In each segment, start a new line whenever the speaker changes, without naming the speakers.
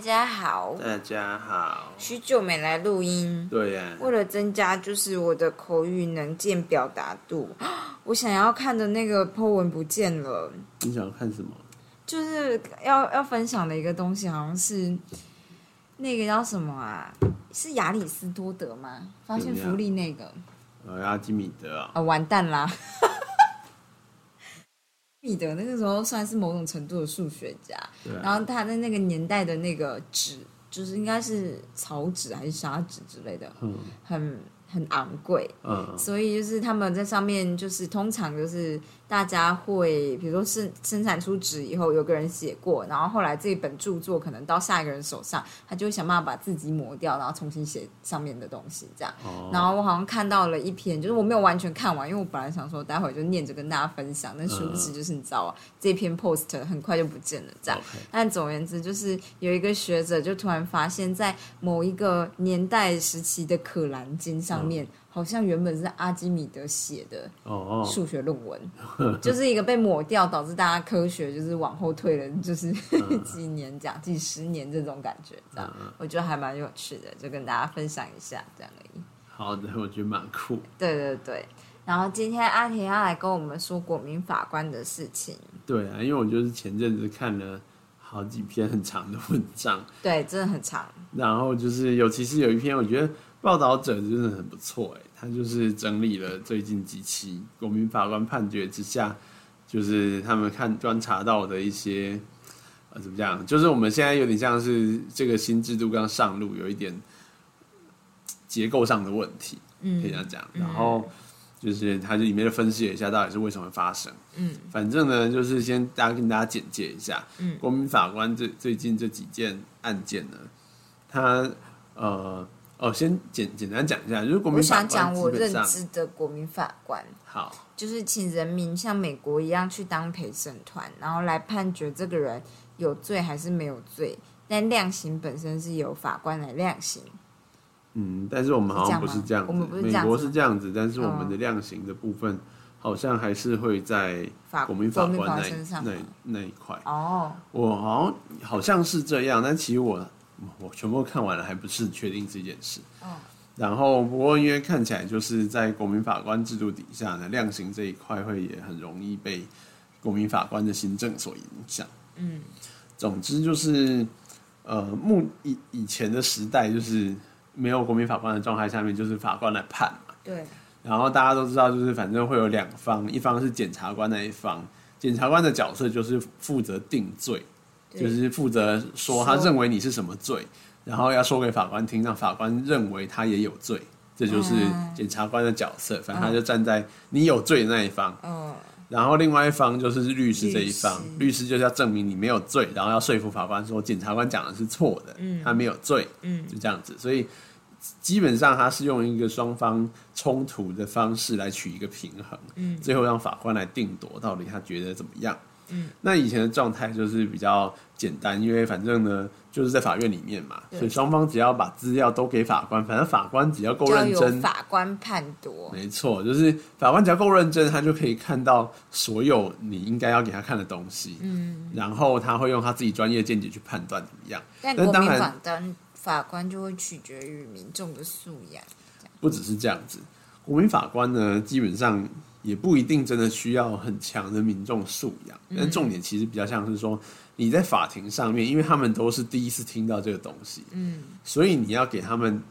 家好，
大家好，
许久没来录音，
对呀、
为了增加就是我的口语能见表达度， 我想要看的那个 po 文不见了，
你想看什么？
就是要要分享的一个东西，好像是那个叫什么啊？是亚里士多德吗？发现
怎么样
福利那个
呃，阿基米德啊、
啊，完蛋啦！ 米德那个时候算是某种程度的数学家，
对啊
然后他在那个年代的那个纸，就是应该是草纸还是砂纸之类的，
嗯
很很昂贵，
嗯，
所以就是他们在上面就是通常就是大家会，比如说生生产出纸以后，有个人写过，然后后来这本著作可能到下一个人手上，他就会想办法把自己抹掉，然后重新写上面的东西这样。
哦，
然后我好像看到了一篇，就是我没有完全看完，因为我本来想说待会儿就念着跟大家分享，但殊不
嗯
知就是你知道啊，这篇 post 很快就不见了这样。
OK
但总而言之，就是有一个学者就突然发现，在某一个年代时期的《可兰经》上面，好像原本是阿基米德写的
嗯哦哦，
数学论 文，就是一个被抹掉，导致大家科学就是往后退了，就是
嗯
几年这样，几十年这种感觉这样。我觉得还蛮有趣的，就跟大家分享一下这样而已。
好的，我觉得蛮酷。
对对对。然后今天阿田要来跟我们说国民法官的事情，
对啊，因为我就是前阵子看了好几篇很长的文章，
对，真的很长，
然后就是尤其是有一篇，我觉得报道者真的很不错哎，他就是整理了最近几期国民法官判决之下，就是他们看观察到的一些。呃，怎么讲？就是我们现在有点像是这个新制度刚上路，有一点结构上的问题。可以
嗯
这啊样讲。然后就是它这里面就分析了一下到底是为什么会发生。嗯，反正呢，就是先大家跟大家简介一下，嗯，国民法官最最近这几件案件呢，他呃哦，先简简单讲一下，就是国
我
民法
想讲
官
我
基本
认
上
知的国民法官，
好，
就是请人民像美国一样去当陪审团，然后来判决这个人有罪还是没有罪。但量刑本身是由法官来量刑，
嗯，但是我们好像不是这
是这样
样子，
吗我们不是这
美
样子吗哦
国是这样子，但是我们的量刑的部分好像还是会在
法
国民法官那
身上
那
吗
那一块。
哦，
我好像好像是这样，但其实我我全部看完了，还不是确定这件事。
哦
然后不过因为看起来就是在国民法官制度底下呢，量刑这一块会也很容易被国民法官的行政所影响。
嗯，
总之就是呃，目以以前的时代就是没有国民法官的状态下面，就是法官来判嘛。
对，
然后大家都知道，就是反正会有两方，一方是检察官那一方，检察官的角色就是负责定罪，
对
就是负责说他
说
认为你是什么罪，然后要说给法官听，让法官认为他也有罪，这就是
嗯
检察官的角色。反正他就站在你有罪的那一方，
嗯，
然后另外一方就是律师这一方，
律
律师就是要证明你没有罪，然后要说服法官说检察官讲的是错的，
嗯
他没有罪，
嗯
就这样子。所以基本上他是用一个双方冲突的方式来取一个平衡，
嗯
最后让法官来定夺到底他觉得怎么样。
嗯，
那以前的状态就是比较简单，因为反正呢就是在法院里面嘛，
对
所以双方只要把资料都给法官，反正法官只要够
就要
认真
由，法官判夺，
没错，就是法官只要够认真，他就可以看到所有你应该要给他看的东西。嗯，然后他会用他自己专业见解去判断怎么样。
但
但
国
当
民
然
法官法官就会取决于民众的素养，
不只是这样子，国民法官呢，基本上也不一定真的需要很强的民众素养，
嗯
但重点其实比较像是说你在法庭上面，因为他们都是第一次听到这个东西，
嗯，
所以你要给他们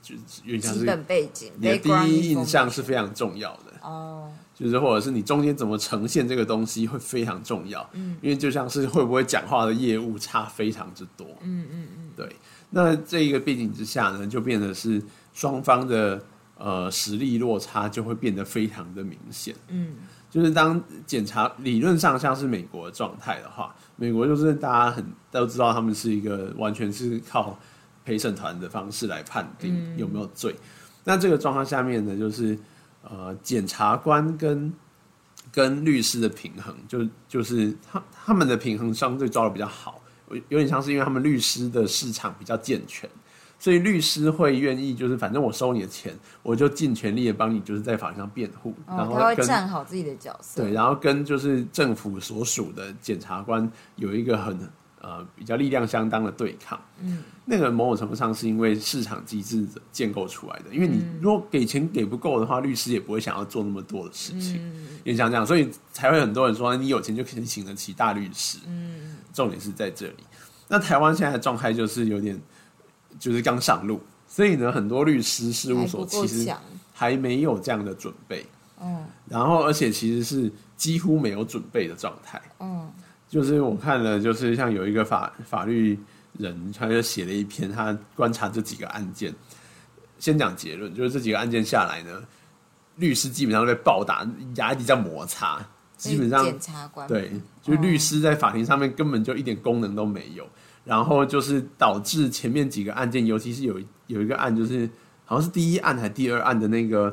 就有点像
基
是
本背景，
你的第
background
一印象
information
是非常重要的。
哦，
就是或者是你中间怎么呈现这个东西会非常重要，嗯，因为就像是会不会讲话的业务差非常之多，
嗯嗯嗯，
对。那这一个背景之下呢，就变得是双方的呃实力落差就会变得非常的明显，
嗯，
就是当检察理论上像是美国的状态的话，美国就是大家很都知道他们是一个完全是靠陪审团的方式来判
嗯
定有没有罪。那这个状况下面呢，就是呃，检察官跟跟律师的平衡，就就是他他们的平衡相对抓的比较好，有有点像是因为他们律师的市场比较健全，所以律师会愿意就是反正我收你的钱，我就尽全力的帮你就是在法庭上辩护，然
哦，
后
他会
跟
站好自己的角色，
对，然后跟就是政府所属的检察官有一个很呃比较力量相当的对抗。嗯，那个某种程度上是因为市场机制建构出来的，因为你
嗯
如果给钱给不够的话，律师也不会想要做那么多的事情，
嗯
也想这样，所以才会很多人说你有钱就可以请得起大律师。嗯，重点是在这里。那台湾现在的状态就是有点，就是刚上路，所以呢，很多律师事务
还
所
不
其
够
实
强，
还没有这样的准备。
嗯
然后而且其实是几乎没有准备的状态。
嗯
就是我看了，就是像有一个法法律人，他就写了一篇，他观察这几个案件。先讲结论，就是这几个案件下来呢，律师基本上都被暴打，牙一直在摩擦，基本上
所以检察官
对，就律师在法庭上面根本就一点功能都没有，然后就是导致前面几个案件，尤其是有一有一个案，就是好像是第一案还是第二案的那个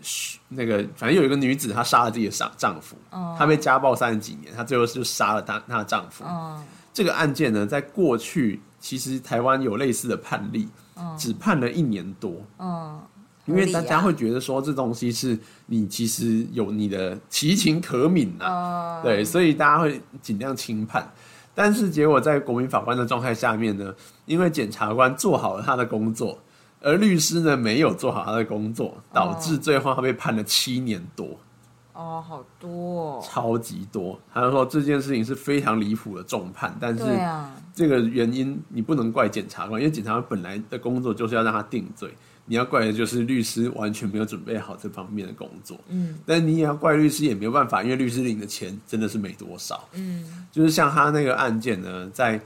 嘘那个，反正有一个女子她杀了自己的丈丈夫，
哦
她被家暴三十几年，她最后就杀了她她的丈夫。
嗯
这个案件呢，在过去其实台湾有类似的判例，只判了一年多。
嗯，哦合
因为
理
大家
啊
会觉得说这东西是你其实有你的其情可悯呐、
哦
对，所以大家会尽量轻判。但是结果在国民法官的状态下面呢，因为检察官做好了他的工作，而律师呢没有做好他的工作，导致最后他被判了七年多，
哦，好多、哦，
超级多。他就说这件事情是非常离谱的重判，但是
对啊，
这个原因你不能怪检察官，因为检察官本来的工作就是要让他定罪。你要怪的就是律师完全没有准备好这方面的工作，
嗯，
但你也要怪律师也没有办法，因为律师领的钱真的是没多少，
嗯，
就是像他那个案件呢，在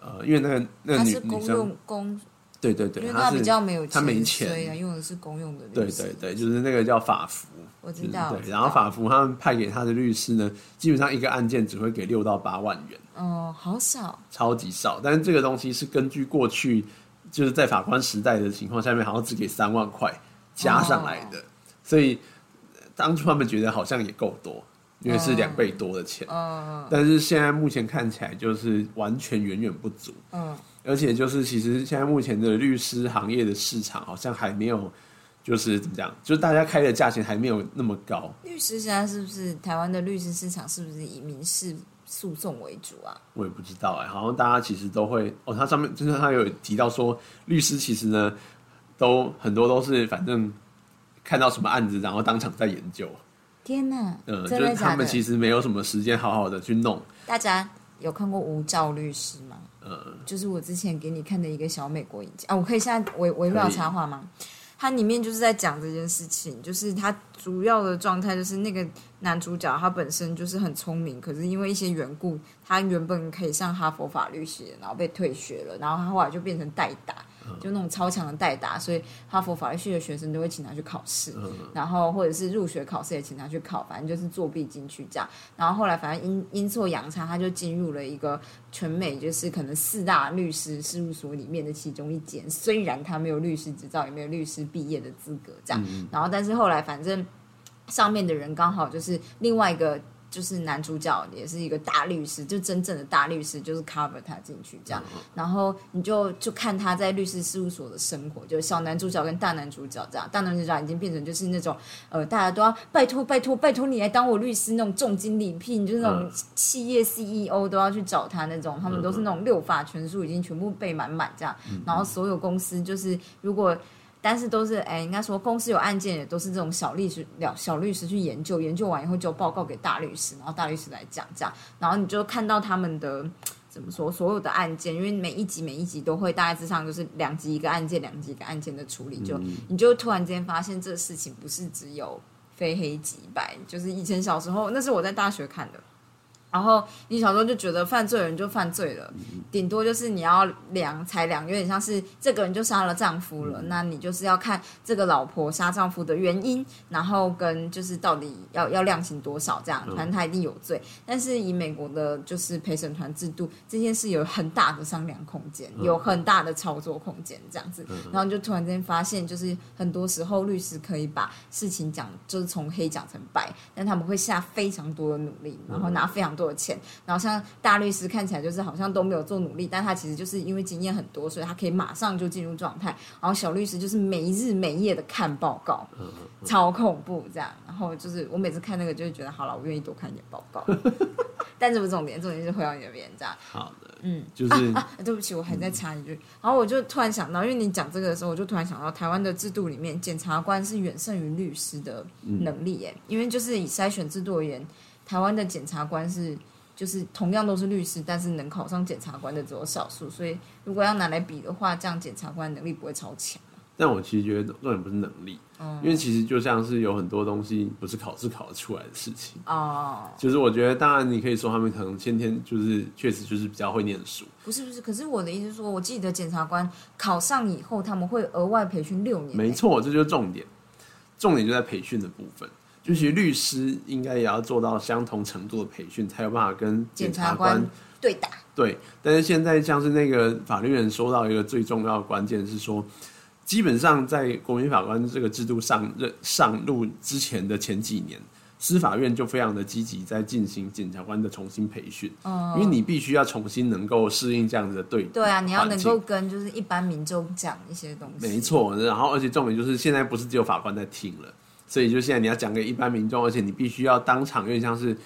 呃，因为那个那个
他
女
是
女
公
生，
用公，
对对
因
对，
为
她
他
是
比较没有
她没钱
所以啊，用的是公用的律
对
师，
对对，就是那个叫法服，
我
就是
知道，
对，然后
法，
法服他们派给他的律师呢，基本上一个案件只会给六到八万元，
嗯，好少，
超级少。但是这个东西是根据过去就是在法官时代的情况下面，好像只给三万块加上来
哦
的，所以呃当初他们觉得好像也够多，因为是两倍多的钱。
嗯
但是现在目前看起来就是完全远远不足，
嗯
而且就是其实现在目前的律师行业的市场好像还没有，就是怎么讲，就是大家开的价钱还没有那么高。
律师现在是不是台湾的律师市场是不是以民事诉讼为主啊？
我也不知道哎、好像大家其实都会哦，他上面就是他有提到说，律师其实呢都很多都是反正看到什么案子，然后当场在研究，
天哪，
嗯、就
真
是
的
他
假
们
的？
其实没有什么时间好好的去弄，
大家有看过吴兆律师吗？
呃，
就是我之前给你看的一个小美国影集啊，我可以现在微微妙插话吗？它里面就是在讲这件事情，就是它主要的状态就是那个男主角他本身就是很聪明，可是因为一些缘故，他原本可以上哈佛法律系，然后被退学了，然后他后来就变成代打，就那种超强的代打，所以哈佛法律系的学生都会请他去考试，然后或者是入学考试也请他去考，反正就是作弊进去这样。然后后来反正阴阴错阳差，他就进入了一个全美就是可能四大律师事务所里面的其中一间，虽然他没有律师执照，也没有律师毕业的资格这样，
嗯
然后但是后来反正上面的人刚好就是另外一个。就是男主角也是一个大律师，就真正的大律师，就是 cover 他进去这样，然后你就就看他在律师事务所的生活，就是小男主角跟大男主角这样，大男主角已经变成就是那种呃，大家都要拜托拜托拜托你来当我律师那种重金礼聘，就是那种
嗯
企业 CEO 都要去找他那种，他们都是那种六法全书已经全部背满满这样，然后所有公司就是如果。但是都是哎，应该说公司有案件也都是这种小律师了，小律师去研究，研究完以后就报告给大律师，然后大律师来讲这样，然后你就看到他们的怎么说所有的案件，因为每一集每一集都会大概之上就是两集一个案件，两集一个案件的处理，就、你就突然间发现这事情不是只有非黑即白，就是以前小时候那是我在大学看的。然后你小时候就觉得犯罪人就犯罪了，顶多就是你要量裁量，有点像是这个人就杀了丈夫了，那你就是要看这个老婆杀丈夫的原因，然后跟就是到底要要量刑多少这样，反正他一定有罪。但是以美国的就是陪审团制度，这件事有很大的商量空间，有很大的操作空间这样子。然后就突然间发现，就是很多时候律师可以把事情讲，就是从黑讲成白，但他们会下非常多的努力，然后拿非常多的钱。然后像大律师看起来就是好像都没有做努力，但他其实就是因为经验很多，所以他可以马上就进入状态。然后小律师就是没日没夜的看报告，超恐怖这样。然后就是我每次看那个，就会觉得好了，我愿意多看一点报告。但这不是重点，重点是回到你那边这样。
好的，嗯，就是
啊，对不起，我还
嗯
在插一句。然后我就突然想到，因为你讲这个的时候，我就突然想到，台湾的制度里面，检察官是远胜于律师的
嗯
能力耶。因为就是以筛选制度而言，台湾的检察官是就是同样都是律师，但是能考上检察官的只有少数。所以如果要拿来比的话，这样检察官能力不会超强。
但我其实觉得重点不是能力，
嗯
因为其实就像是有很多东西不是考试考得出来的事情。
哦，
就是我觉得，当然你可以说他们可能先天就是确实就是比较会念书，
不是不是，可是我的意思是说，我记得检察官考上以后，他们会额外培训六年。
没，错，这就是重点，重点就在培训的部分。就其实律师应该也要做到相同程度的培训，才有办法跟
检
检察
察
官
官对打。
对，但是现在像是那个法律人说到一个最重要的关键是说，基本上在国民法官这个制度上任上路之前的前几年，司法院就非常的积极在进行检察官的重新培训，因为你必须要重新能够适应这样子的对
哦对啊，你要
环
能
境
够跟就是一般民众讲一些东西。
没错，然后而且重点就是现在不是只有法官在听了，所以就现在你要讲给一般民众，而且你必须要当场，有点像是。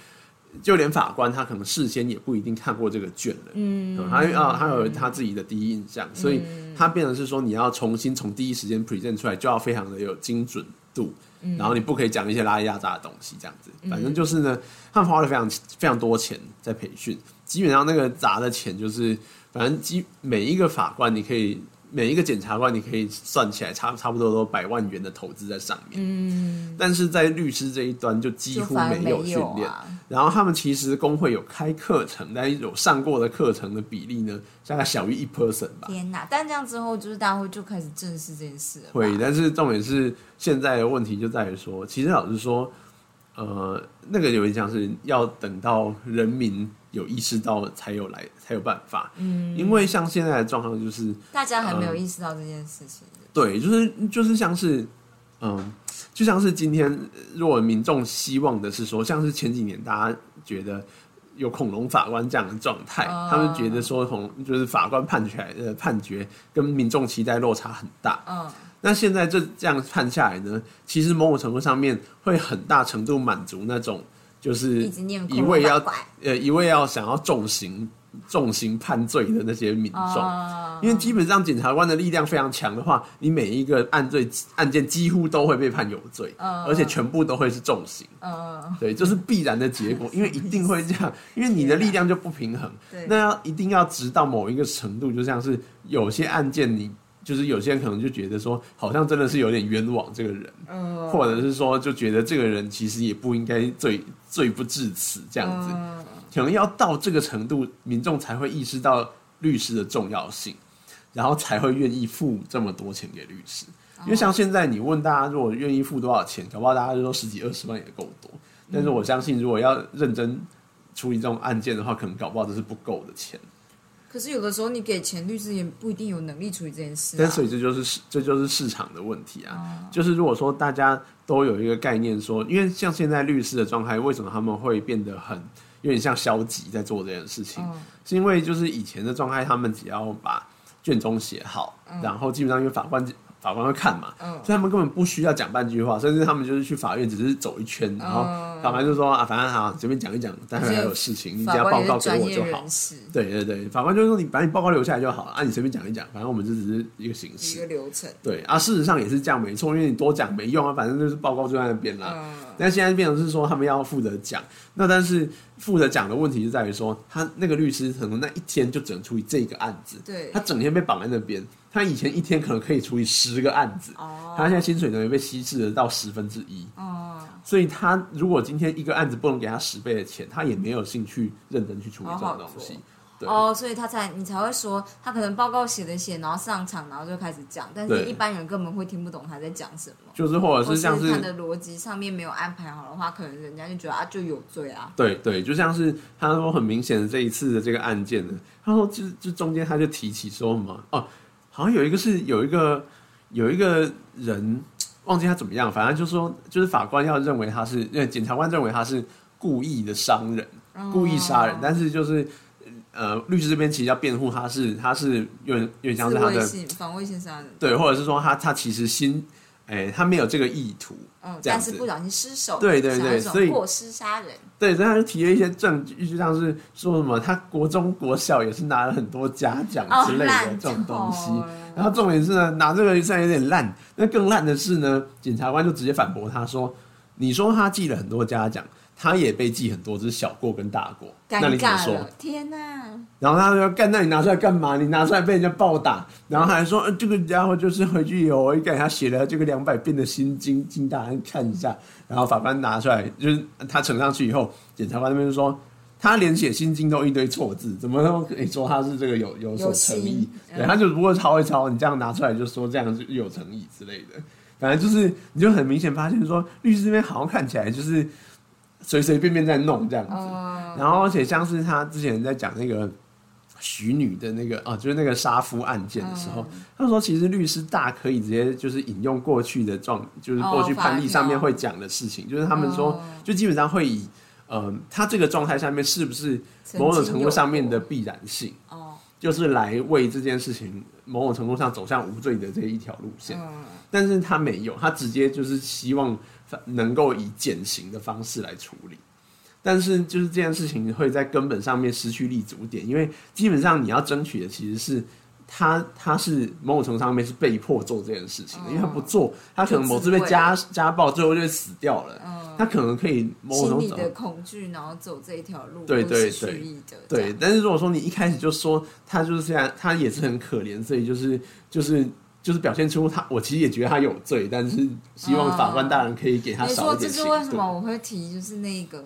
就连法官他可能事先也不一定看过这个卷了，嗯，他啊他有他自己的第一印象，所以他变成是说你要重新从第一时间 present 出来，就要非常的有精准度，
嗯
然后你不可以讲一些拉里拉杂的东西，这样子，反正就是呢，他们花了非常非常多钱在培训，基本上那个砸的钱就是，反正基每一个法官你可以每一个检察官，你可以算起来差差不多都百万元的投资在上面。嗯，但是在律师这一端就几
就
乎
反而
没有
没
训
有
练。
啊。
然后他们其实工会有开课程，但是有上过的课程的比例呢，大概小于一 person 吧。
天哪！但这样之后，就是大家会就开始正视这件事了吧。
会，但是重点是现在的问题就在于说，其实老实说，呃，那个有点像是要等到人民有意识到才有来才有办法。嗯，因为像现在的状况就是，
大家还没
嗯
有意识到这件事情。
对，就是就是像是，嗯，就像是今天，呃如果民众希望的是说，像是前几年大家觉得有恐龙法官这样的状态，
哦
他们觉得说恐就是法官判起来的判决跟民众期待落差很大。
嗯，
那现在这这样判下来呢，其实某种程度上面会很大程度满足那种就是
一直念
一味要
拐
呃一味要想要重刑重刑判罪的那些民众。
啊，
因为基本上检察官的力量非常强的话，你每一个案罪案件几乎都会被判有罪，而且全部都会是重刑，
嗯，
对，这是必然的结果，因为一定会这样，因为你的力量就不平衡，
对
那要一定要直到某一个程度，就像是有些案件你。就是有些人可能就觉得说，好像真的是有点冤枉这个人，
嗯
或者是说就觉得这个人其实也不应该罪罪不至此这样子，
嗯
可能要到这个程度，民众才会意识到律师的重要性，然后才会愿意付这么多钱给律师。因为像现在你问大家，如果愿意付多少钱，搞不好大家就说十几二十万也够多。但是我相信，如果要认真处理这种案件的话，可能搞不好这是不够的钱。
可是有的时候你给钱，律师也不一定有能力处理这件事、
但
啊。哦
所以这就是市，这就是市场的问题啊。就是如果说大家都有一个概念说，因为像现在律师的状态，为什么他们会变得很有点像消极在做这件事情？
嗯
是因为就是以前的状态，他们只要把卷宗写好，然后基本上因为法官法官会看嘛，
嗯
所以他们根本不需要讲半句话，甚至他们就是去法院只是走一圈，然后
嗯
法官就说啊，反正好随便讲一讲，但是还有事情，你只
法
要报
官也
告
是
给
专
我
业
就好
人。士，
对对对，法官就说你把你报告留下来就好了，啊，你随便讲一讲，反正我们这只是一个形
一
式
个。流程。
对啊，事实上也是这样，没错，因为你多讲没用啊，反正就是报告就在那边啦。
嗯，
但现在变成是说他们要负责讲，那但是负责讲的问题就在于说，他那个律师可能那一天就只能处理这个案子，
对
他整天被绑在那边，他以前一天可能可以处理十个案子，
哦
他现在薪水等于被稀释了到十分之一，
哦，
所以他如果今天一个案子不能给他十倍的钱，他也没有兴趣认真去处理这种东西。
好好做
对
哦，所以他才你才会说他可能报告写的写，然后上场，然后就开始讲，但是
对
一般人根本会听不懂他在讲什么，
就是或者
或
是像
他的逻辑上面没有安排好的话，可能人家就觉得啊就有罪啊，
对对，就像是他说很明显的这一次的这个案件呢，他说就就中间他就提起说什么哦，好像有一个是有一个有一个人忘记他怎么样，反正就说就是法官要认为他是，呃，检察官认为他是故意的伤人，
嗯
故意杀人，
哦
但是就是呃，律师这边其实要辩护他是他是有点有点像
自
是他
卫
的
性防卫性杀人，
对，或者是说他他其实心哎、他没有这个意图，
嗯，
这样
但
子
是不小心失手，
对对
想要
对
一
所以
种过失杀人，
对，所以他就提了一些证据，就像是说什么他国中、国小也是拿了很多嘉奖
哦，
之类的
烂
这种东西。
透了
然后重点是呢，拿这个虽然有点烂，那更烂的是呢，检察官就直接反驳他说：“你说他记了很多嘉奖，他也被记很多只小过跟大过，那
尴
你怎么
尬
说
了，天哪！
然后他就说：“干，那你拿出来干嘛？你拿出来被人家暴打。”然后还说：“呃、这个家伙就是回去以后，我一给他写了这个两百遍的心经，请大家看一下。”然后法官拿出来，就是他呈上去以后，检察官那边就说：“他连写心经都一堆错字，怎么都可以说他是这个有有所
有
诚
心
意？
嗯
对，他就不过抄一抄，你这样拿出来就说这样是有诚意之类的。反正就是，你就很明显发现说，律师那边好像看起来就是随随便便在弄这样子。
哦，
然后而且像是他之前在讲那个徐女的那个啊，就是那个杀夫案件的时候，
嗯
他说其实律师大可以直接就是引用过去的状，就是过去
哦
判例
法条
上面会讲的事情，就是他们说
哦，
就基本上会以。嗯，他这个状态下面是不是某种程度上面的必然性，
哦，
就是来为这件事情某种程度上走向无罪的这一条路线？
嗯，
但是他没有，他直接就是希望能够以减刑的方式来处理。但是就是这件事情会在根本上面失去立足点，因为基本上你要争取的其实是他，他是某种程度上面是被迫做这件事情的，因为他不做，他可能某次被家家暴，最后就会死掉
嗯
了。他可能可以某
心
种
里
程
的
度
恐惧，然后走这一条路，
对
都是
对对
蓄意的，这
对
样，
但是如果说你一开始就说他就是这样，他也是很可怜，所以就是就是。就是表现出他，我其实也觉得他有罪，但是希望法官大人可以给他
没错，
少一
这
点
是
刑。
为什
对
么我会提，就是那个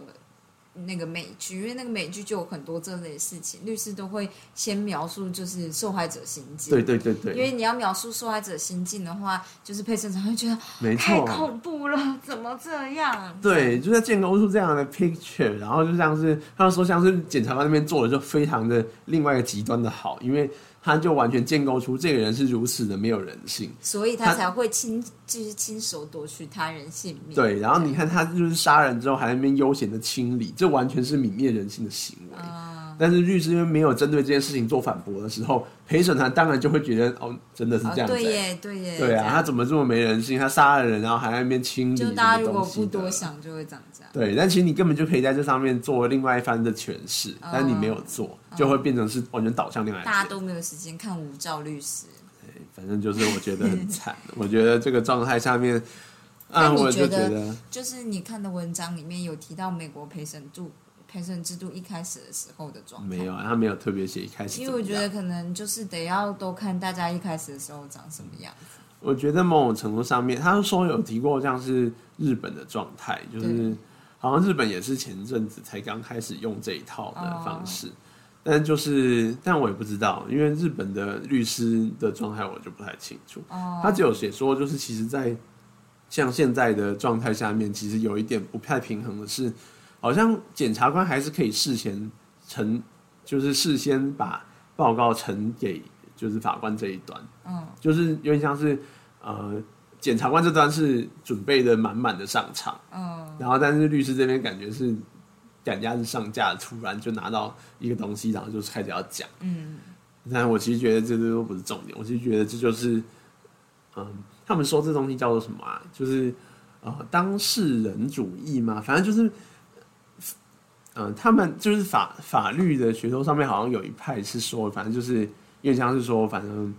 那个美剧，因为那个美剧就有很多这类事情，律师都会先描述就是受害者心境。
对对对对，
因为你要描述受害者心境的话，就是陪审团会觉得
没
太
错，
恐怖了，怎么这样？
对，就在建构出这样的 picture，然后就像是他们说，像是检察官那边做的就非常的另外一个极端的好，因为他就完全建构出这个人是如此的没有人性。
所以
他
他才会亲，就是亲手夺取他人性命。
对，然后你看他就是杀人之后还在那边悠闲的清理，这完全是泯灭人性的行为。
啊，
但是律师因为没有针对这件事情做反驳的时候，陪审团当然就会觉得哦，真的是
哦
这样子、
对耶，对耶，
对
这
啊，
样
他怎么这么没人性？他杀了人，然后还在那边清理什
就
么
大家如果
东西
不
的
多想，就会长这样。
对，但其实你根本就可以在这上面做另外一番的诠释，但你没有做，就会变成是完全导向另外一
哦大家
边。
都没有时间看吴兆律师，
反正就是我觉得 很惨，我觉得这个状态下面，
那
啊，
你
我就
觉得
得，
就是你看的文章里面有提到美国陪审度陪审制度一开始的时候的状态，
没有，啊，他没有特别写一开始
因
怎
为
么
我
样。
觉得可能就是得要都看大家一开始的时候长什么样子。
我觉得某种程度上面，他说有提过像是日本的状态，就是
对
好像日本也是前阵子才刚开始用这一套的方式，但就是但我也不知道，因为日本的律师的状态我就不太清楚。
哦
他只有写说，就是其实在像现在的状态下面，其实有一点不太平衡的是，好像检察官还是可以事前呈，就是事先把报告呈给就是法官这一端。
嗯，
就是有点像是呃，检察官这端是准备的满满的上场，
嗯，
然后但是律师这边感觉是赶鸭子上架，突然就拿到一个东西，然后就开始要讲。
嗯，
但我其实觉得这都不是重点，我其实觉得这就是，嗯，他们说这东西叫做什么啊？就是呃，当事人主义嘛，反正就是。嗯，他们就是法法律的学说上面好像有一派是说，反正就是有点像是说，反正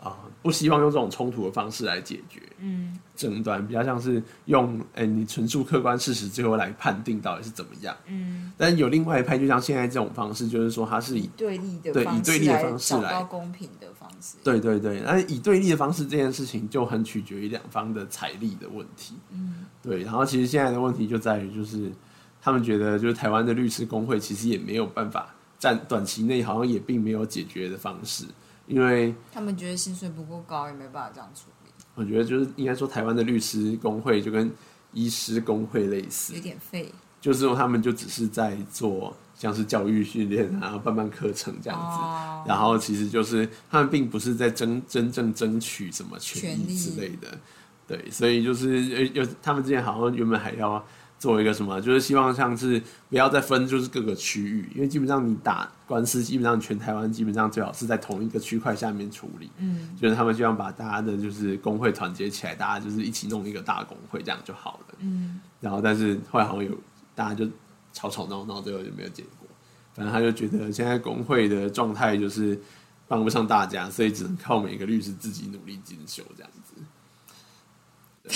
啊、不希望用这种冲突的方式来解决，
嗯，
争端，比较像是用哎、你陈述客观事实，最后来判定到底是怎么样。
嗯，
但有另外一派，就像现在这种方式，就是说它是
以
以
对立的
对以
方
对
式
立的
来
方式
找
来
到公平的方式。
对对对，那以对立的方式这件事情就很取决于两方的财力的问题。
嗯，
对，然后其实现在的问题就在于，就是他们觉得，就是台湾的律师工会其实也没有办法，在短期内好像也并没有解决的方式，因为
他们觉得薪水不够高，也没办法这样处理，
我觉得就是应该说，台湾的律师工会就跟医师工会类似
有，点废。
就是说他们就只是在做像是教育训练啊、办办课程这样子。
哦
然后其实就是他们并不是在争真正争取什么权益之类的，对，所以就是呃有他们之前好像原本还要做一个什么，就是希望像是不要再分就是各个区域，因为基本上你打官司，基本上全台湾基本上最好是在同一个区块下面处理。嗯，就是他们希望把大家的就是工会团结起来，大家就是一起弄一个大工会，这样就好了。嗯，然后但是后来好像有大家就吵吵闹闹，最后就没有结果。反正他就觉得现在工会的状态就是帮不上大家，所以只能靠每个律师自己努力进修这样子。啊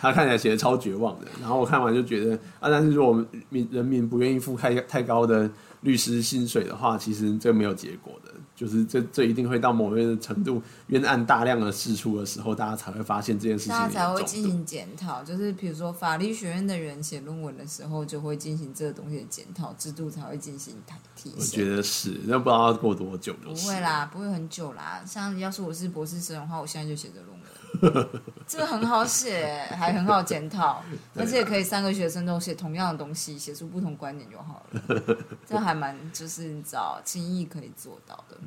他看起来写的超绝望的。然后我看完就觉得啊，但是如果我们民人民不愿意付开太高的律师薪水的话，其实这没有结果的，就是这这一定会到某一个程度，冤案大量的释出的时候，大家才会发现这件事情
大家
的
才会
严
进
重度。
行检讨，就是比如说法律学院的人写论文的时候，就会进行这个东西的检讨，制度才会进行提
我
升。
觉得是，那不知道要过多久就
不
是。
会啦，不会很久啦。像要是我是博士生的话，我现在就写这论文， 这个很好写，还很好检讨，而
对啊
且可以三个学生都写同样的东西，写出不同观点就好了。 这还蛮就是你知道轻易可以做到的。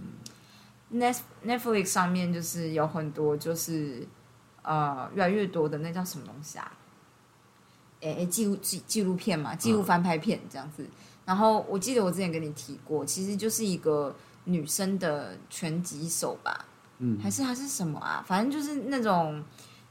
Net Netflix 上面就是有很多就是呃越来越多的那叫什么东西啊？诶、诶纪录纪纪录片嘛，
嗯
纪录翻拍片这样子。然后我记得我之前跟你提过，其实就是一个女生的拳击手吧，
嗯
还是还是什么啊？反正就是那种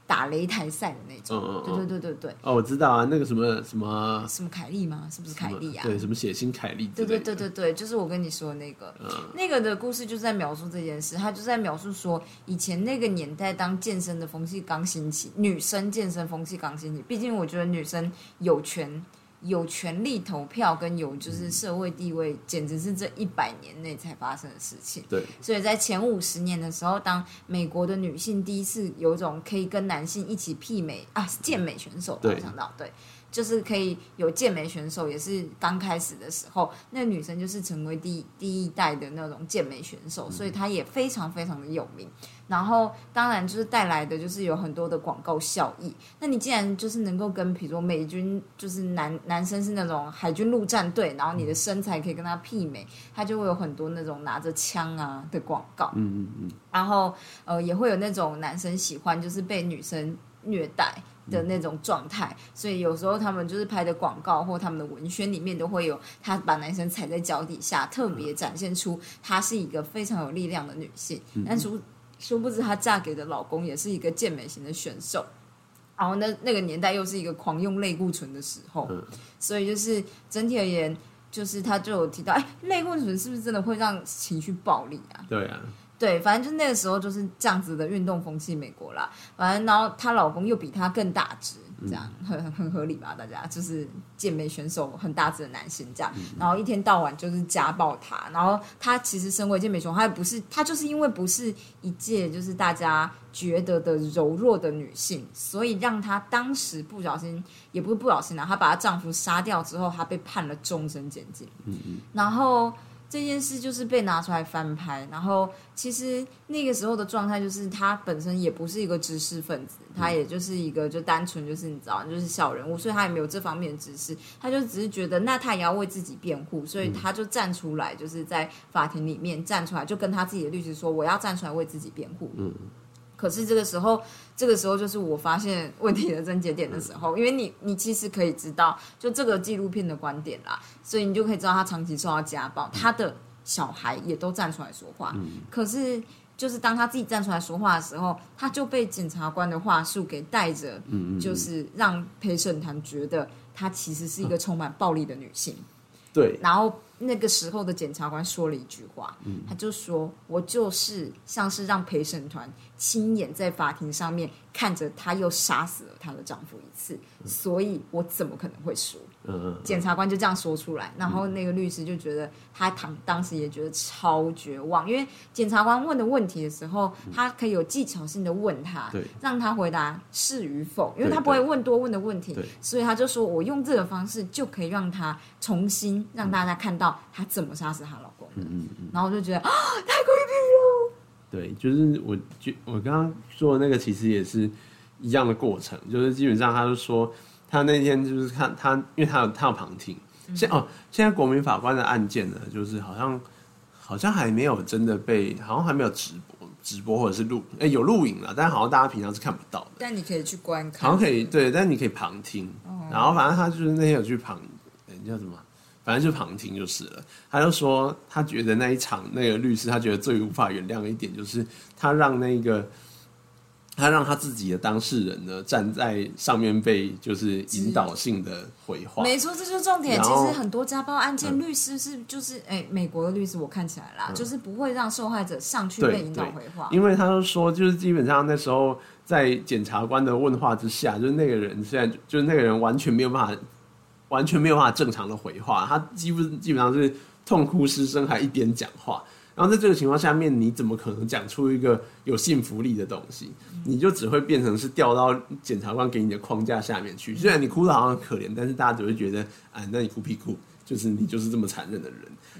打擂台赛的那种。
嗯嗯嗯
对对对对对，
哦，我知道啊，那个什么什么
什么凯莉吗？是不是凯莉啊？
对，什么血腥凯莉之
对
类的，
对对对对，就是我跟你说的那个。
嗯，
那个的故事就是在描述这件事，他就在描述说，以前那个年代，当健身的风气刚兴起，女生健身风气刚兴起，毕竟我觉得女生有权有权利投票，跟有
嗯
就是社会地位，简直是这一百年内才发生的事情。
对，
所以在前五十年的时候，当美国的女性第一次有一种可以跟男性一起媲美啊健美选手，
对
我想到对，就是可以有健美选手，也是刚开始的时候，那女生就是成为第一第一代的那种健美选手，所以她也非常非常的有名。然后当然就是带来的就是有很多的广告效益。那你既然就是能够跟比如说美军就是男男生是那种海军陆战队，然后你的身材可以跟他媲美，他就会有很多那种拿着枪啊的广告，
嗯嗯嗯，
然后呃也会有那种男生喜欢就是被女生虐待的那种状态，所以有时候他们就是拍的广告或他们的文宣里面都会有他把男生踩在脚底下，特别展现出她是一个非常有力量的女性，
嗯
但殊殊不知她嫁给的老公也是一个健美型的选手。然后那那个年代又是一个狂用类固醇的时候，
嗯
所以就是整体而言，就是他就有提到，哎，类固醇是不是真的会让情绪暴力啊？
对啊，
对，反正就那个时候就是这样子的运动风气，美国啦。反正然后她老公又比她更大只，这样很很很合理吧？大家就是健美选手很大只的男性这样，然后一天到晚就是家暴她。然后她其实身为健美熊，她也不是她就是因为不是一介就是大家觉得的柔弱的女性，所以让她当时不小心，也不是不小心啊，她把她丈夫杀掉之后，她被判了终身监禁。然后这件事就是被拿出来翻拍，然后其实那个时候的状态就是他本身也不是一个知识分子，他也就是一个就单纯就是你知道就是小人物，所以他也没有这方面的知识，他就只是觉得那他也要为自己辩护，所以他就站出来，就是在法庭里面站出来，就跟他自己的律师说我要站出来为自己辩护。嗯。可是这个时候，这个时候就是我发现问题的症结点的时候，因为你你其实可以知道，就这个纪录片的观点啦，所以你就可以知道他长期受到家暴，他的小孩也都站出来说话。可是，就是当他自己站出来说话的时候，他就被检察官的话术给带着，就是让陪审团觉得她其实是一个充满暴力的女性。
对，
然后那个时候的检察官说了一句话，他就说：“我就是像是让陪审团亲眼在法庭上面看着她又杀死了她的丈夫一次，所以我怎么可能会输？”
嗯嗯，
检察官就这样说出来，然后那个律师就觉得他当当时也觉得超绝望，因为检察官问的问题的时候，他可以有技巧性的问他
嗯对，
让他回答是与否，因为
对
他不会问多问的问题
对，
所以他就说我用这个方式就可以让他重新让大家看到他怎么杀死她老公
嗯
的，然后我就觉得啊，
对，就是我觉我刚刚说的那个其实也是一样的过程，就是基本上他就说他那天就是看他，因为他有他有旁听，
嗯
现哦现在国民法官的案件呢，就是好像好像还没有真的被，好像还没有直播，直播或者是录，哎、有录影了，但好像大家平常是看不到的。
但你可以去观看，
好像可以对，但你可以旁听。然后反正他就是那天有去旁，人、叫什么？反正就旁听就是了。他就说，他觉得那一场那个律师，他觉得最无法原谅的一点就是，他让那个他让他自己的当事人呢站在上面被就是引导性的回话。
没错，这就是重点。
然
其
后嗯
实很多家暴案件，律师是就是哎、美国的律师我看起来啦，就是不会让受害者上去
对
被引导
对
回话。
因为他就说，就是基本上那时候在检察官的问话之下，就是那个人现在就就是那个人完全没有办法，完全没有办法正常的回话，他基本基本上是痛哭失声，还一边讲话。然后在这个情况下面，你怎么可能讲出一个有信服力的东西？你就只会变成是掉到检察官给你的框架下面去。虽然你哭的好像很可怜，但是大家只会觉得，啊，那你哭屁哭，就是你就是这么残忍的人。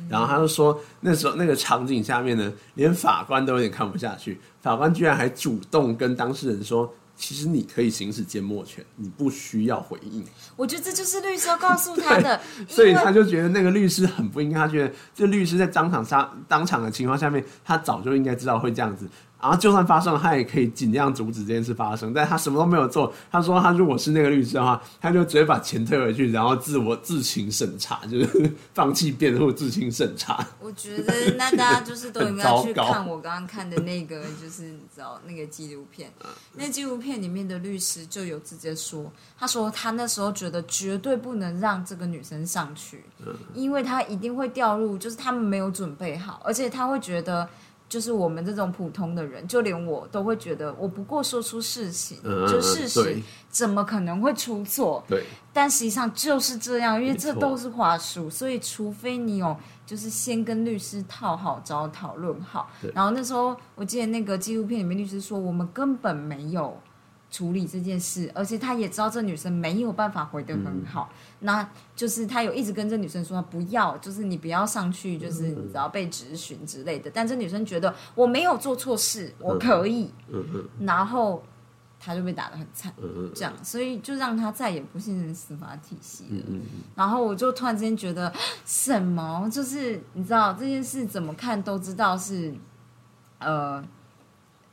然后他就说，那时候那个场景下面呢，连法官都有点看不下去，法官居然还主动跟当事人说，其实你可以行使缄默权，你不需要回应。
我觉得这就是律师要告诉他 的，
所以
因为
他就觉得那个律师很不应该，他觉得这律师在当场杀当场的情况下面，他早就应该知道会这样子。然后就算发生了，他也可以尽量阻止这件事发生，但他什么都没有做。他说，他如果是那个律师的话，他就直接把钱退回去，然后自我自行审查，就是放弃辩护，自行审查。
我觉得那大家就是都应该
很
去
糟糕
看我刚刚看的那个，就是你知道那个纪录片。
嗯
那纪录片里面的律师就有直接说，他说他那时候觉得绝对不能让这个女生上去，
嗯
因为她一定会掉入，就是他们没有准备好，而且他会觉得。就是我们这种普通的人，就连我都会觉得，我不过说出事情，就事实
嗯对
怎么可能会出错？
对，
但实际上就是这样，因为
没错
这都是话术，所以除非你有就是先跟律师套好招、讨论好
对。
然后那时候我记得那个纪录片里面，律师说我们根本没有处理这件事，而且他也知道这女生没有办法回得
嗯
很好，那就是他有一直跟这女生说不要，就是你不要上去，就是
嗯
你知道被质询之类的。但这女生觉得我没有做错事，我可以，
嗯嗯
然后他就被打得很惨。
嗯嗯
这样，所以就让他再也不信任司法体系了。
嗯
然后我就突然之间觉得，什么就是你知道这件事怎么看都知道是，呃，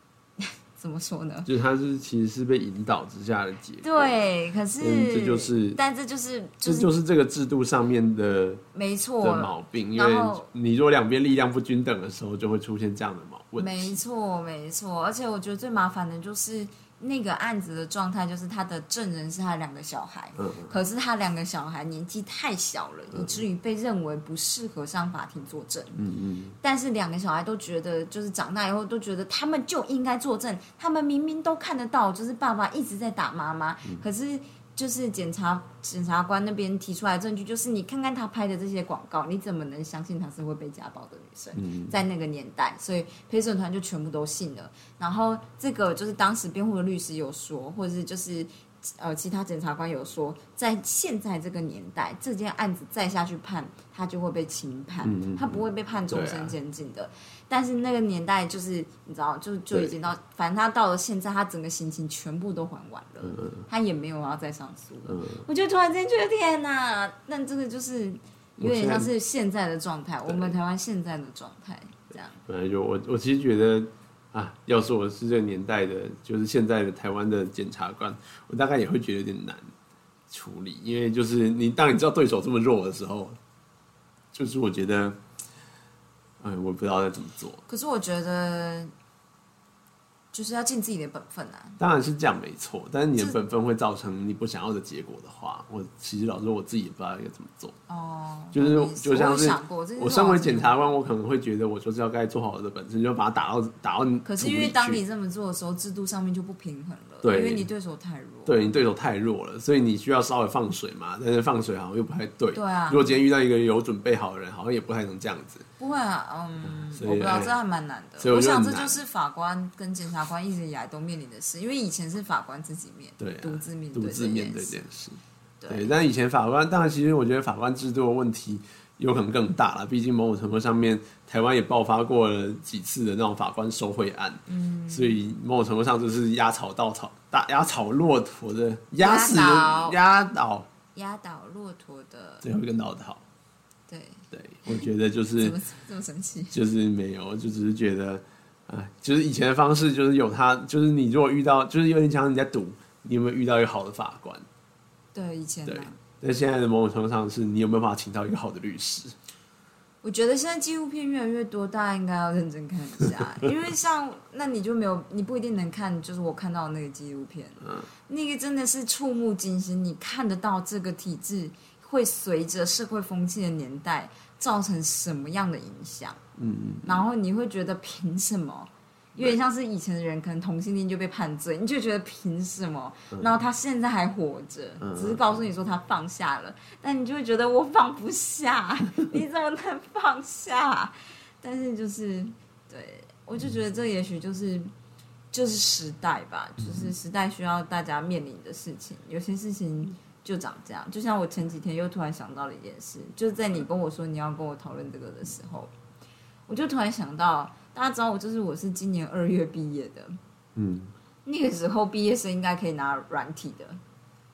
怎么说呢？
就是他是其实是被引导之下的结果。，
对，可是、
嗯这就是
但这就是就
这
是
就是这个制度上面的
没
的
错，
毛病，因
然
为
后
你如果两边力量不均等的时候，就会出现这样的矛问
没
题。
错，没错。而且我觉得最麻烦的就是那个案子的状态，就是他的证人是他两个小孩，
嗯
可是他两个小孩年纪太小了，以至于被认为不适合上法庭作证。
嗯嗯，
但是两个小孩都觉得，就是长大以后都觉得他们就应该作证，他们明明都看得到，就是爸爸一直在打妈妈，
嗯
可是就是检察检察官那边提出来的证据，就是你看看他拍的这些广告，你怎么能相信她是会被家暴的女生？
嗯
在那个年代，所以陪审团就全部都信了。然后这个就是当时辩护的律师有说，或者是就是。呃，其他检察官有说，在现在这个年代，这件案子再下去判，他就会被轻判，
嗯嗯嗯
他不会被判终
对啊
身监禁的。但是那个年代就是你知道，就就
对
已经到，反正他到了现在，他整个刑期全部都还完了，
嗯
他也没有要再上诉了。我就突然间觉得天哪，那这个就是有点像是现在的状态，我们台湾现在的状态这样。
本来就我我其实觉得啊，要是我是这个年代的，就是现在的台湾的检察官，我大概也会觉得有点难处理，因为就是你当你知道对手这么弱的时候，就是我觉得，哎，我不知道该怎么做。
可是我觉得就是要尽自己的本分啊，
当然是这样没错，但是你的
这
本分会造成你不想要的结果的话，我其实老实说我自己也不知道该怎么做。
哦，
就是
懂意思
就像
我
是
有想过，这件事
我身为检察官，我可能会觉得我就是要该做好我的本分，就把它打到打到你。
可是因为当你这么做的时候，制度上面就不平衡了，
对
因为你对手太弱，
对你对手太弱了，所以你需要稍微放水嘛，但是放水好像又不太对。
对啊
如果今天遇到一个有准备好的人，好像也不太能这样子。
不会啊，嗯，
所以
我不知道，
哎
这还蛮难的。
所以我
我
觉得
想这
很难
就是法官跟检察官一直以来都面临的事，因为以前是法官自己面
对、啊，
独自面
独
对
自
这
面
件
对这
事
件，事。对，
对，
但以前法官，当然，其实我觉得法官制度的问题有可能更大了。毕竟某种程度上面，台湾也爆发过了几次的那种法官受贿案，嗯，所以某种程度上就是压草稻草，大压草骆驼的，压死人
压倒
压倒
压倒骆驼的，
最后一根稻草。
对，
对，我觉得就
怎
是
么这么神奇？
就是没有，就只是觉得，哎，就是以前的方式，就是有他，就是你如果遇到，就是有点像你在赌，你有没有遇到一个好的法官？
对，以前
对
啊，
但现在的某种程度上是你有没有办法请到一个好的律师？
我觉得现在纪录片越来越多，大家应该要认真看一下， 因为像那你就没有，你不一定能看，就是我看到的那个纪录片，那个真的是触目惊心，你看得到这个体制会随着社会风气的年代造成什么样的影响，
嗯，
然后你会觉得凭什么？有点像是以前的人，可能同性恋就被判罪，你就觉得凭什么？
嗯
然后他现在还活着，只是告诉你说他放下了，但你就会觉得我放不下， 你怎么能放下？但是就是，对我就觉得这也许就是就是时代吧，就是时代需要大家面临的事情，有些事情就长这样。就像我前几天又突然想到了一件事，就在你跟我说你要跟我讨论这个的时候，我就突然想到，大家知道我就是我是今年二月毕业的，
嗯，
那个时候毕业生应该可以拿软体的，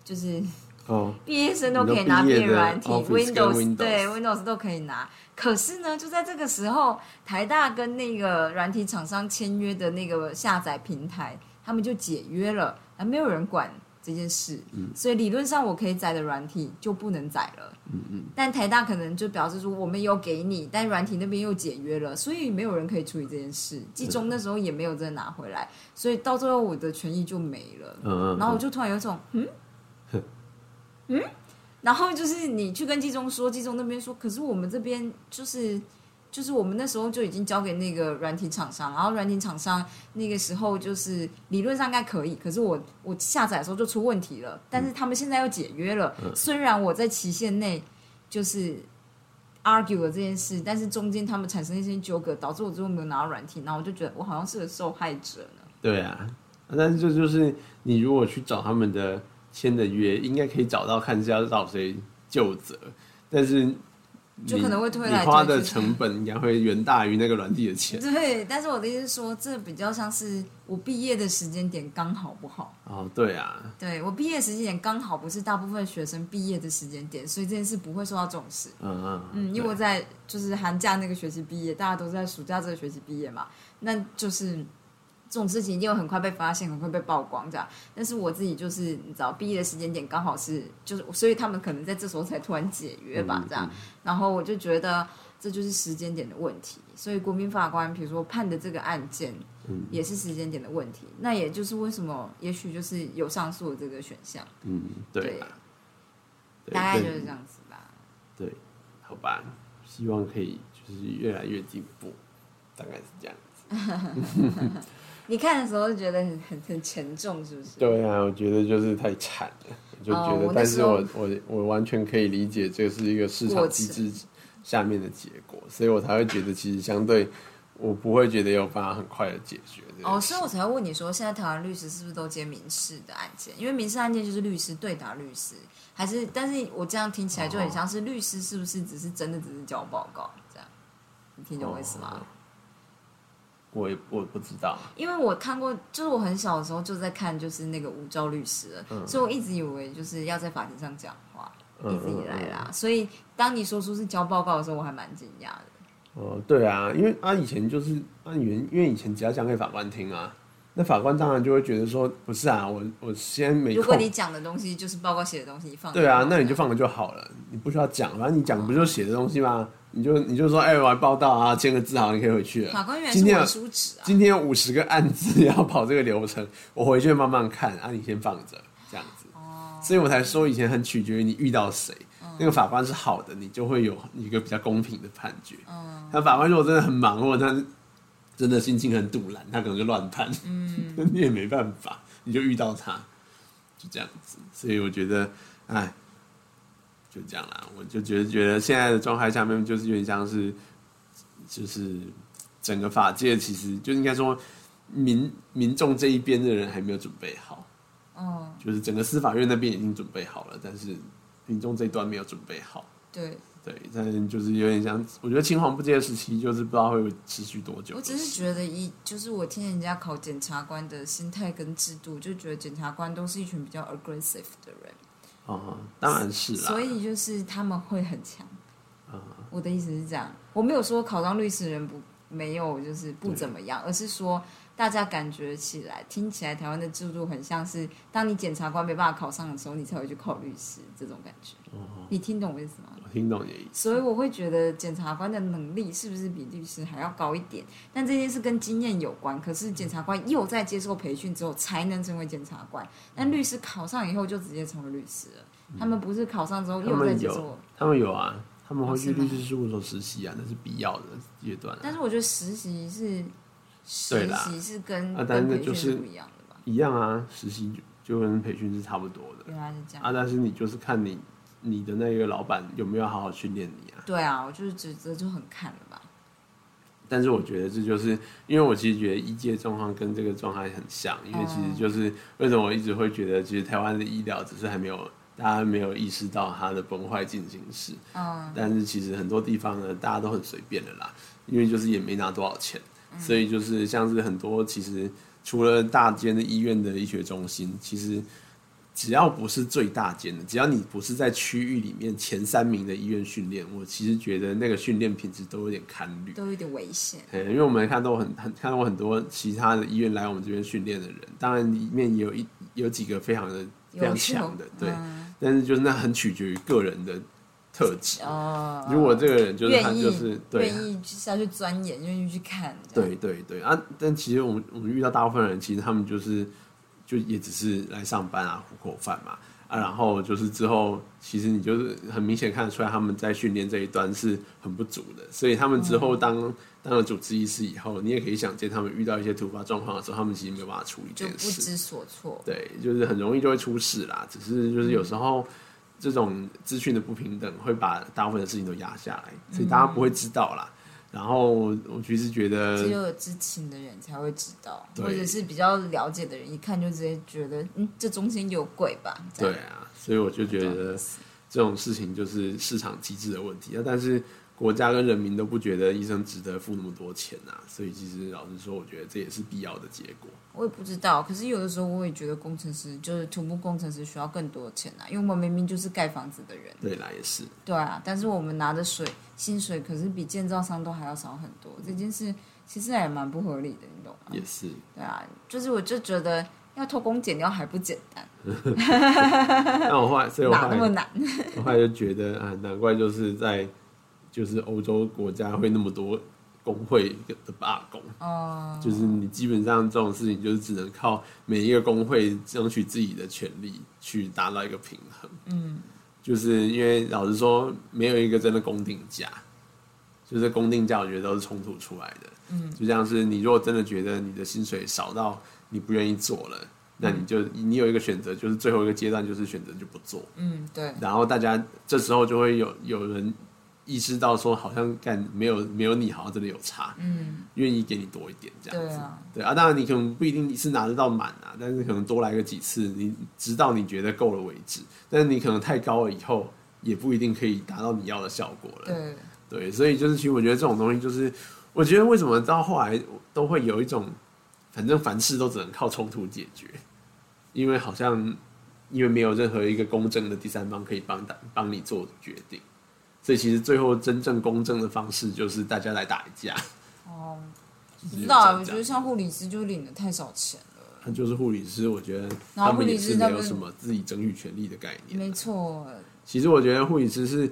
就是
哦，
毕业生都可以拿
你都毕业
变
的
软体
Office 跟 Windows
对 Windows 都可以拿。可是呢，就在这个时候，台大跟那个软体厂商签约的那个下载平台，他们就解约了，啊，没有人管这件事。
嗯
所以理论上我可以载的软体就不能载了。嗯嗯。但台大可能就表示说我们有给你，但软体那边又解约了，所以没有人可以处理这件事。季中那时候也没有真的拿回来，所以到最后我的权益就没了。
嗯嗯，
然后我就突然有一种，嗯，嗯，然后就是你去跟季中说，季中那边说，可是我们这边就是就是我们那时候就已经交给那个软体厂商，然后软体厂商那个时候就是理论上应该可以，可是我我下载的时候就出问题了，但是他们现在又解约了，
嗯
虽然我在期限内就是。argue 了这件事，但是中间他们产生一些纠葛，导致我最后没有拿到软体，然后我就觉得我好像是个受害者呢。
对啊，但是这就是你如果去找他们的签的约，应该可以找到看是要找谁就责，但是你
就可能会推来
你花
推
的
去
成本应该会远大于那个软体的钱。
对，但是我的意思是说，这比较像是我毕业的时间点刚好不好。
哦，对啊，
对我毕业的时间点刚好不是大部分学生毕业的时间点，所以这件事不会受到重视。
嗯嗯
嗯，因为我在就是寒假那个学期毕业，大家都是在暑假这个学期毕业嘛，那就是这种事情一定会很快被发现，很快被曝光这样。但是我自己就是你知道，毕业的时间点刚好是就是，所以他们可能在这时候才突然解约吧
嗯
这样。然后我就觉得这就是时间点的问题，所以国民法官比如说判的这个案件。
嗯
也是时间点的问题，那也就是为什么，也许就是有上诉的这个选项，
嗯，对啊，对
大概就
对
是这样子吧。
好吧，希望可以就是越来越进步，大概是这样。
你看的时候就觉得很很很沉重，是不是？
对啊，我觉得就是太惨了，我就
哦
觉得，
我那
但
时
是
候
我我我完全可以理解这是一个市场
过
机
程
制下面的结果，所以我才会觉得其实相对我不会觉得有办法很快的解决这个
哦，
事
所以我才会问你说，现在台湾律师是不是都接民事的案件？因为民事案件就是律师对打律师，还是？但是我这样听起来
哦
就很像是律师是不是只是真的只是交报告这样？你听懂我意思
哦
吗？
我也我不知道，
因为我看过，就是我很小的时候就在看，就是那个吴钊律师了，
嗯
所以我一直以为就是要在法庭上讲话，一直以来
嗯
啦。所以当你说出是交报告的时候，我还蛮惊讶的。
哦，对啊，因为啊以前就是啊原因为以前只要讲给法官听啊，那法官当然就会觉得说不是啊，我我先没
如果
空
你，讲的东西就是报告写的东西，你放
对啊
着，
那你就放了就好了，你不需要讲，反正你讲不就写的东西吗？你就你就说哎、我还报道啊，签个字好，你可以回去了。
法官原来是
今天有
文书纸啊。
今天有五十个案子要跑这个流程，我回去慢慢看啊，你先放着这样子。所以我才说以前很取决于你遇到谁，那个法官是好的，你就会有一个比较公平的判决。那法官如果真的很忙，或者他真的心情很堵然，他可能就乱判，嗯， 你也没办法，你就遇到他，就这样子。所以我觉得，哎，就这样啦。我就觉得，觉得现在的状态下面就是有点像是，就是整个法界其实就应该说民民众这一边的人还没有准备好，
嗯，
就是整个司法院那边已经准备好了，但是民众这一端没有准备好。
对，
对，但是就是有点像，我觉得青黄不接的时期，就是不知道会持续多久
我
的
只
事。
是觉得一就是我听人家考检察官的心态跟制度，就觉得检察官都是一群比较 aggressive 的人，
哦，当然是啦。嗯
所以就是他们会很强。我的意思是这样，我没有说考上律师的人不没有就是不怎么样，而是说大家感觉起来、听起来台湾的制度很像是，当你检察官没办法考上的时候，你才会去考律师这种感觉。
哦
你听懂我意思吗？
我听懂你的意思。
所以我会觉得检察官的能力是不是比律师还要高一点？但这件事跟经验有关。可是检察官又在接受培训之后才能成为检察官，
嗯
但律师考上以后就直接成为律师了。他们不是考上之后
他
又在
们
接受
嗯有，他们有啊，他们会去
哦是吗
律师事务所实习啊，那是必要的阶段、啊。
但是我觉得实习是实
啦
习是跟、
啊当然
跟培
就
训
是
是不一样的吧？
一样啊，实习就就跟培训是差不多的
原来是这样。
啊，但是你就是看你你的那个老板有没有好好训练你啊。
对啊，我就是觉得就很看了吧。
但是我觉得这就是，因为我其实觉得医界状况跟这个状态很像，因为其实就是为什么我一直会觉得，其实台湾的医疗只是还没有大家没有意识到它的崩坏进行时，
嗯，
但是其实很多地方呢，大家都很随便的啦，因为就是也没拿多少钱，所以就是像是很多其实除了大间的医院的医学中心，其实只要不是最大间的，只要你不是在区域里面前三名的医院训练，我其实觉得那个训练品质都有点堪虑。
都有点危险。
对，因为我们看到很很看到很多其他的医院来我们这边训练的人，当然里面也有一有几个非常的非常
优秀
强的，对，
嗯
但是就是那很取决于个人的特质。
哦，
如果这个人就是他
愿意
就是对
愿意去下去钻研，愿意去看。这样，
对对对啊，但其实我们我们遇到大部分人，其实他们就是就也只是来上班啊，糊口饭嘛啊，然后就是之后其实你就是很明显看得出来他们在训练这一端是很不足的，所以他们之
嗯
后当、当了主治医师以后，你也可以想见他们遇到一些突发状况的时候，他们其实没有办法处理这
就
件
不
事。
知所措。
对，就是很容易就会出事啦。只是就是
嗯
有时候这种资讯的不平等会把大部分的事情都压下来，
嗯
所以大家不会知道啦。然后我其实觉
只
得，
有知情的人才会知道，
呃对
或者是比较了解的人，一看就直接觉得，嗯，这中间有鬼吧？这
对
样，
啊，所以我就觉得这种事情就是市场机制的问题啊。但是国家跟人民都不觉得医生值得付那么多钱啊，所以其实老实说，我觉得这也是必要的结果。
我也不知道。可是有的时候我也觉得工程师就是土木工程师需要更多钱啊，因为我们明明就是盖房子的人，
对啦，也是。
对啊，但是我们拿的水薪水可是比建造商都还要少很多，这件事其实也蛮不合理的，你懂吗？
也是，
对啊，就是我就觉得要偷工减料还不简单，
那我后来，所以我
哪
后
那
来
么难？
我后来就觉得啊，难怪就是在就是欧洲国家会那么多工会的罢工，
哦、
就是你基本上这种事情就是只能靠每一个工会争取自己的权利去达到一个平衡。嗯，就是因为老实说，没有一个真的公定价，就是公定价我觉得都是冲突出来的。嗯，就像是你如果真的觉得你的薪水少到你不愿意做了。那你就你有一个选择，就是最后一个阶段就是选择就不做。
嗯，对，
然后大家这时候就会有有人意识到说，好像干没有没有你，好像真的有差，
嗯，
愿意给你多一点这样
对
子。
啊，
对啊，当然你可能不一定是拿得到满啊，但是可能多来个几次，你直到你觉得够了为止。但是你可能太高了以后，也不一定可以达到你要的效果了。
对，
对，所以就是其实我觉得这种东西就是，我觉得为什么到后来都会有一种，反正凡事都只能靠冲突解决，因为好像因为没有任何一个公正的第三方可以帮打帮你做决定，所以其实最后真正公正的方式就是大家来打一架。
哦、
不
不知道啊，我觉得像护理师就领的太少钱了。
他就是护理师，我觉得
然后
他
护
们也
理师
是没
他
有
们
什么自己争取权利的概念。
没错，
其实我觉得护理师是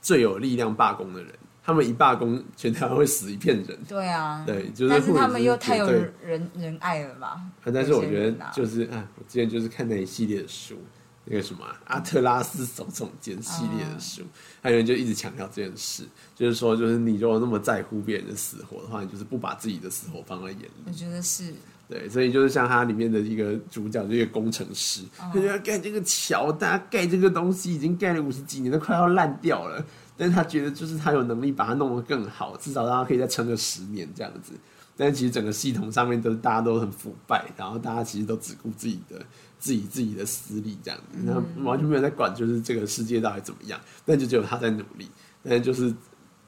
最有力量罢工的人，他们一罢工，全台湾会死一片人。
对啊，
对就是
但是
护理
他
师
们又太有
绝对
人人人爱了吧？
啊，但是我觉
有些人
得
啊
就是啊，我之前就是看那一系列的书，那个什么啊、阿特拉斯手冢间系列的
哦
书，还有人就一直强调这件事，就是说，就是你如果那么在乎别人的死活的话，你就是不把自己的死活放在眼里。
我觉得是，
对，所以就是像它里面的一个主角，就一个工程师，他就要盖这个桥，大家盖这个东西已经盖了五十几年，都快要烂掉了。但是他觉得就是他有能力把它弄得更好，至少让他可以再撑个十年这样子。但其实整个系统上面都是大家都很腐败，然后大家其实都只顾自己的自己自己的私利这样子，然后完全没有在管就是这个世界到底怎么样。但就只有他在努力，但是就是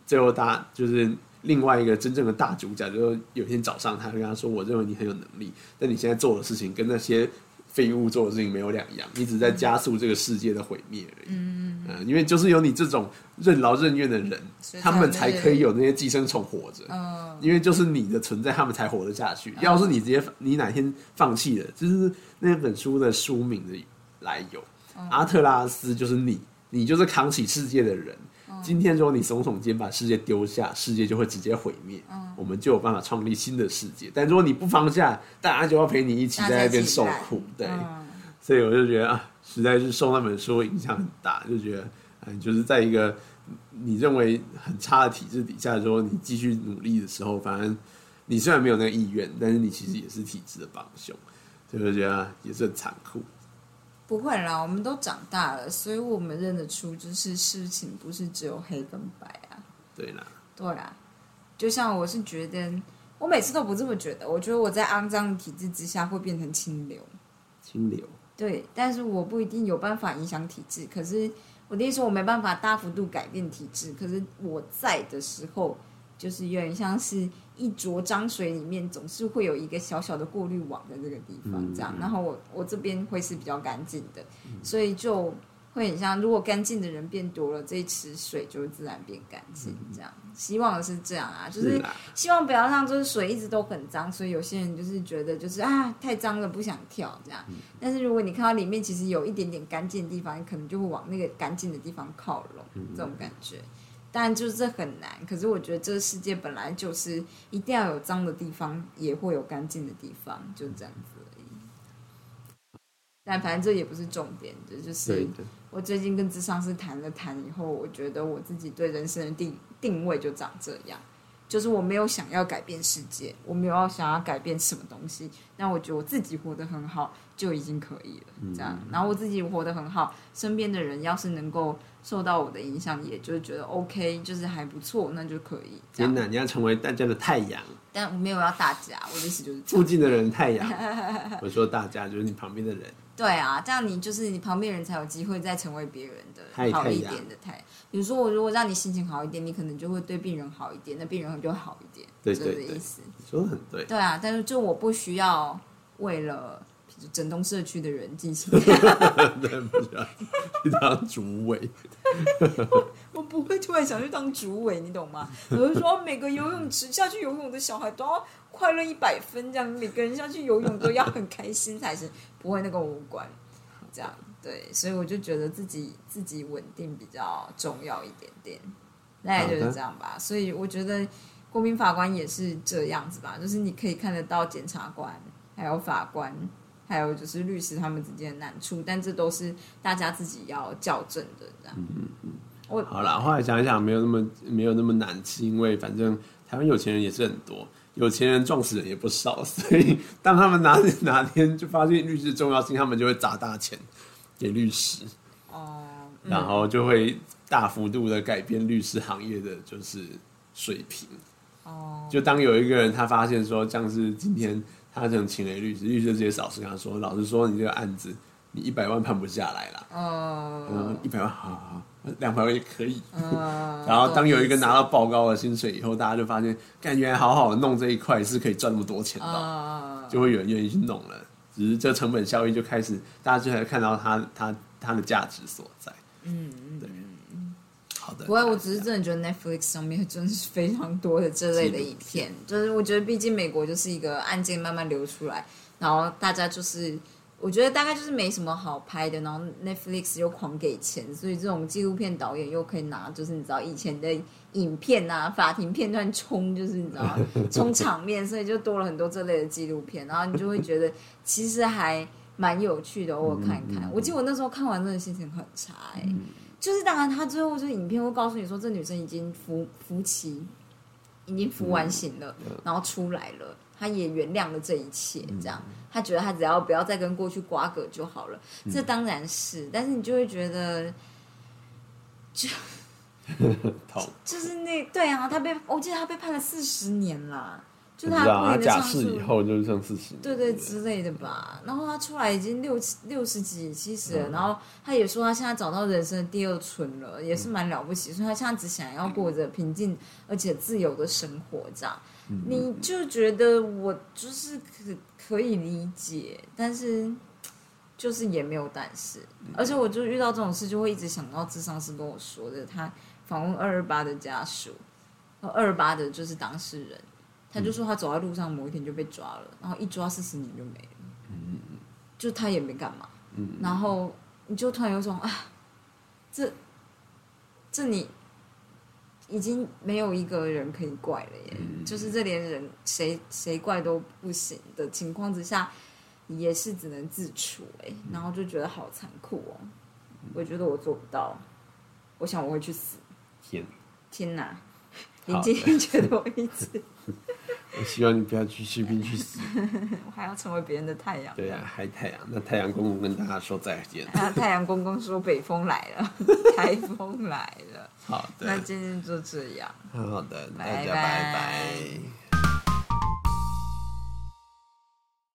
最后大家就是另外一个真正的大主角，就是有一天早上，他会跟他说：“我认为你很有能力，但你现在做的事情跟那些废物做的事情没有两样，你只是在加速这个世界的毁灭而已。嗯因为就是有你这种任劳任怨的人，
所以
他
他
们
们
才
是
可以有那些寄生虫活着。
嗯，
因为就是你的存在，他们才活得下去。要是你直接你哪天放弃了，就是那本书的书名的来由，
嗯
阿特拉斯就是你，你就是扛起世界的人。
嗯
今天如果你耸耸肩把世界丢下，世界就会直接毁灭。
嗯
我们就有办法创立新的世界。但如果你不放下，大家就要陪你一起
大家
在那
一起
边受
烂
苦。对，
嗯
所以我就觉得啊，实在是受那本书影响很大，就觉得嗯，就是在一个你认为很差的体制底下，说你继续努力的时候，反正你虽然没有那个意愿，但是你其实也是体制的帮凶，所以我觉得啊也是很残酷。
不会啦，我们都长大了，所以我们认得出，就是事情不是只有黑跟白啊。
对啦，
对啦，就像我是觉得，我每次都不这么觉得，我觉得我在肮脏的体制之下会变成清流。
清流，
对，但是我不一定有办法影响体制。可是我的意思说，我没办法大幅度改变体制。可是我在的时候，就是有点像是一浊脏水里面总是会有一个小小的过滤网的这个地方，这样。然后我我这边会是比较干净的，所以就会很像，如果干净的人变多了，这一池水就会自然变干净，这样。希望是这样啊，就是
啦，
希望不要让就是水一直都很脏，所以有些人就是觉得就是啊太脏了不想跳这样。但是如果你看到里面其实有一点点干净的地方，你可能就会往那个干净的地方靠拢，这种感觉。但就是这很难，可是我觉得这个世界本来就是一定要有脏的地方，也会有干净的地方，就这样子而已。但反正这也不是重点，这就是
对对，
我最近跟智商师谈了谈以后，我觉得我自己对人生的定定位就长这样，就是我没有想要改变世界，我没有要想要改变什么东西，那我觉得我自己活得很好就已经可以了，这样。
嗯
然后我自己活得很好，身边的人要是能够受到我的影响，也就是觉得 OK，就是还不错，那就可以这
天
样。
哪，你要成为大家的太阳，
但我没有要大家，我的意思就是这
附
样。
近的人太阳。 我说大家就是你旁边的人，
对啊，这样你就是你旁边人才有机会再成为别人
太
的好一
太阳
点的态。比如说，我如果让你心情好一点，你可能就会对病人好一点，那病人就会好一点，
对
这个
对对
意思。
你说的很对。
对啊，但是就我不需要为了比如整栋社区的人进 行，
对不起啊，去当主委，
我不会突然想去当主委，你懂吗？我就说哦每个游泳池下去游泳的小孩都要快乐一百分，这样每个人下去游泳都要很开心才行，不会那个无关，这样对，所以我就觉得自己自己稳定比较重要一点点，大概就是这样吧。所以我觉得国民法官也是这样子吧，就是你可以看得到检察官还有法官。还有就是律师他们之间的难处，但这都是大家自己要校正的，这样。我
好啦，后来想一想，没有那么没有那么难，是因为反正台湾有钱人也是很多，有钱人撞死人也不少，所以当他们哪哪天就发现律师重要性，他们就会砸大钱给律师，
哦、
然后就会大幅度的改变律师行业的就是水平。
哦，
就当有一个人他发现说，像是今天他可能请了一个律师，律师就直接扫视跟他说：“老实说，你这个案子你一百万判不下来啦。”嗯
嗯，，
一百万，好好，两百万也可以。
嗯
然后当有一个拿到爆高的薪水以后，大家就发现，干原来好好弄这一块是可以赚那么多钱的，
啊，
就会有人愿意去弄了。只是这成本效益就开始，大家就才看到它它它的价值所在。嗯，对。好的。
不会，我只是真的觉得 Netflix 上面真的是非常多的这类的影片，就是我觉得毕竟美国就是一个案件慢慢流出来，然后大家就是。我觉得大概就是没什么好拍的，然后 Netflix 又狂给钱，所以这种纪录片导演又可以拿，就是你知道以前的影片啊、法庭片段冲，就是你知道冲场面，所以就多了很多这类的纪录片，然后你就会觉得其实还蛮有趣的，偶尔看一看。我记得我那时候看完真的心情很差、欸，就是当然，他最后就是影片会告诉你说，这女生已经服服棋，已经服完刑了，
嗯
然后出来了，她也原谅了这一切，这样，
嗯
她觉得她只要不要再跟过去瓜葛就好了。这当然是，但是你就会觉得，
痛，
就是那对啊，她被我记得她被判了四十年啦，就
不
是
知道
她
他
不停
假
的上
释
诉
以，后就是剩四十年。
对对之类的吧。然后她出来已经六七六十几、七十了，然后她也说她现在找到人生的第二春了，也是蛮了不起。所以她现在只想要过着平静而且自由的生活，这样。你就觉得我就是可可以理解，但是就是也没有但是，而且我就遇到这种事，就会一直想到智商师跟我说的，他访问二二八的家属，然后二二八的就是当事人，他就说他走在路上某一天就被抓了，然后一抓四十年就没了，就他也没干嘛，然后你就突然有种啊，这这你已经没有一个人可以怪了耶，就是这连人谁谁怪都不行的情况之下，也是只能自处哎、然后就觉得好残酷哦，我觉得我做不到，我想我会去死，
天，
天哪！
好
林静怡觉得我一直，
我希望你不要去士兵去死。
我还要成为别人的太阳。
对啊，还太阳，那太阳公公跟大家说再 见。
啊，太阳公公说北风来 了，台风来了。
好
那
的，
今天就这样。
好的，大
拜
家
拜
拜拜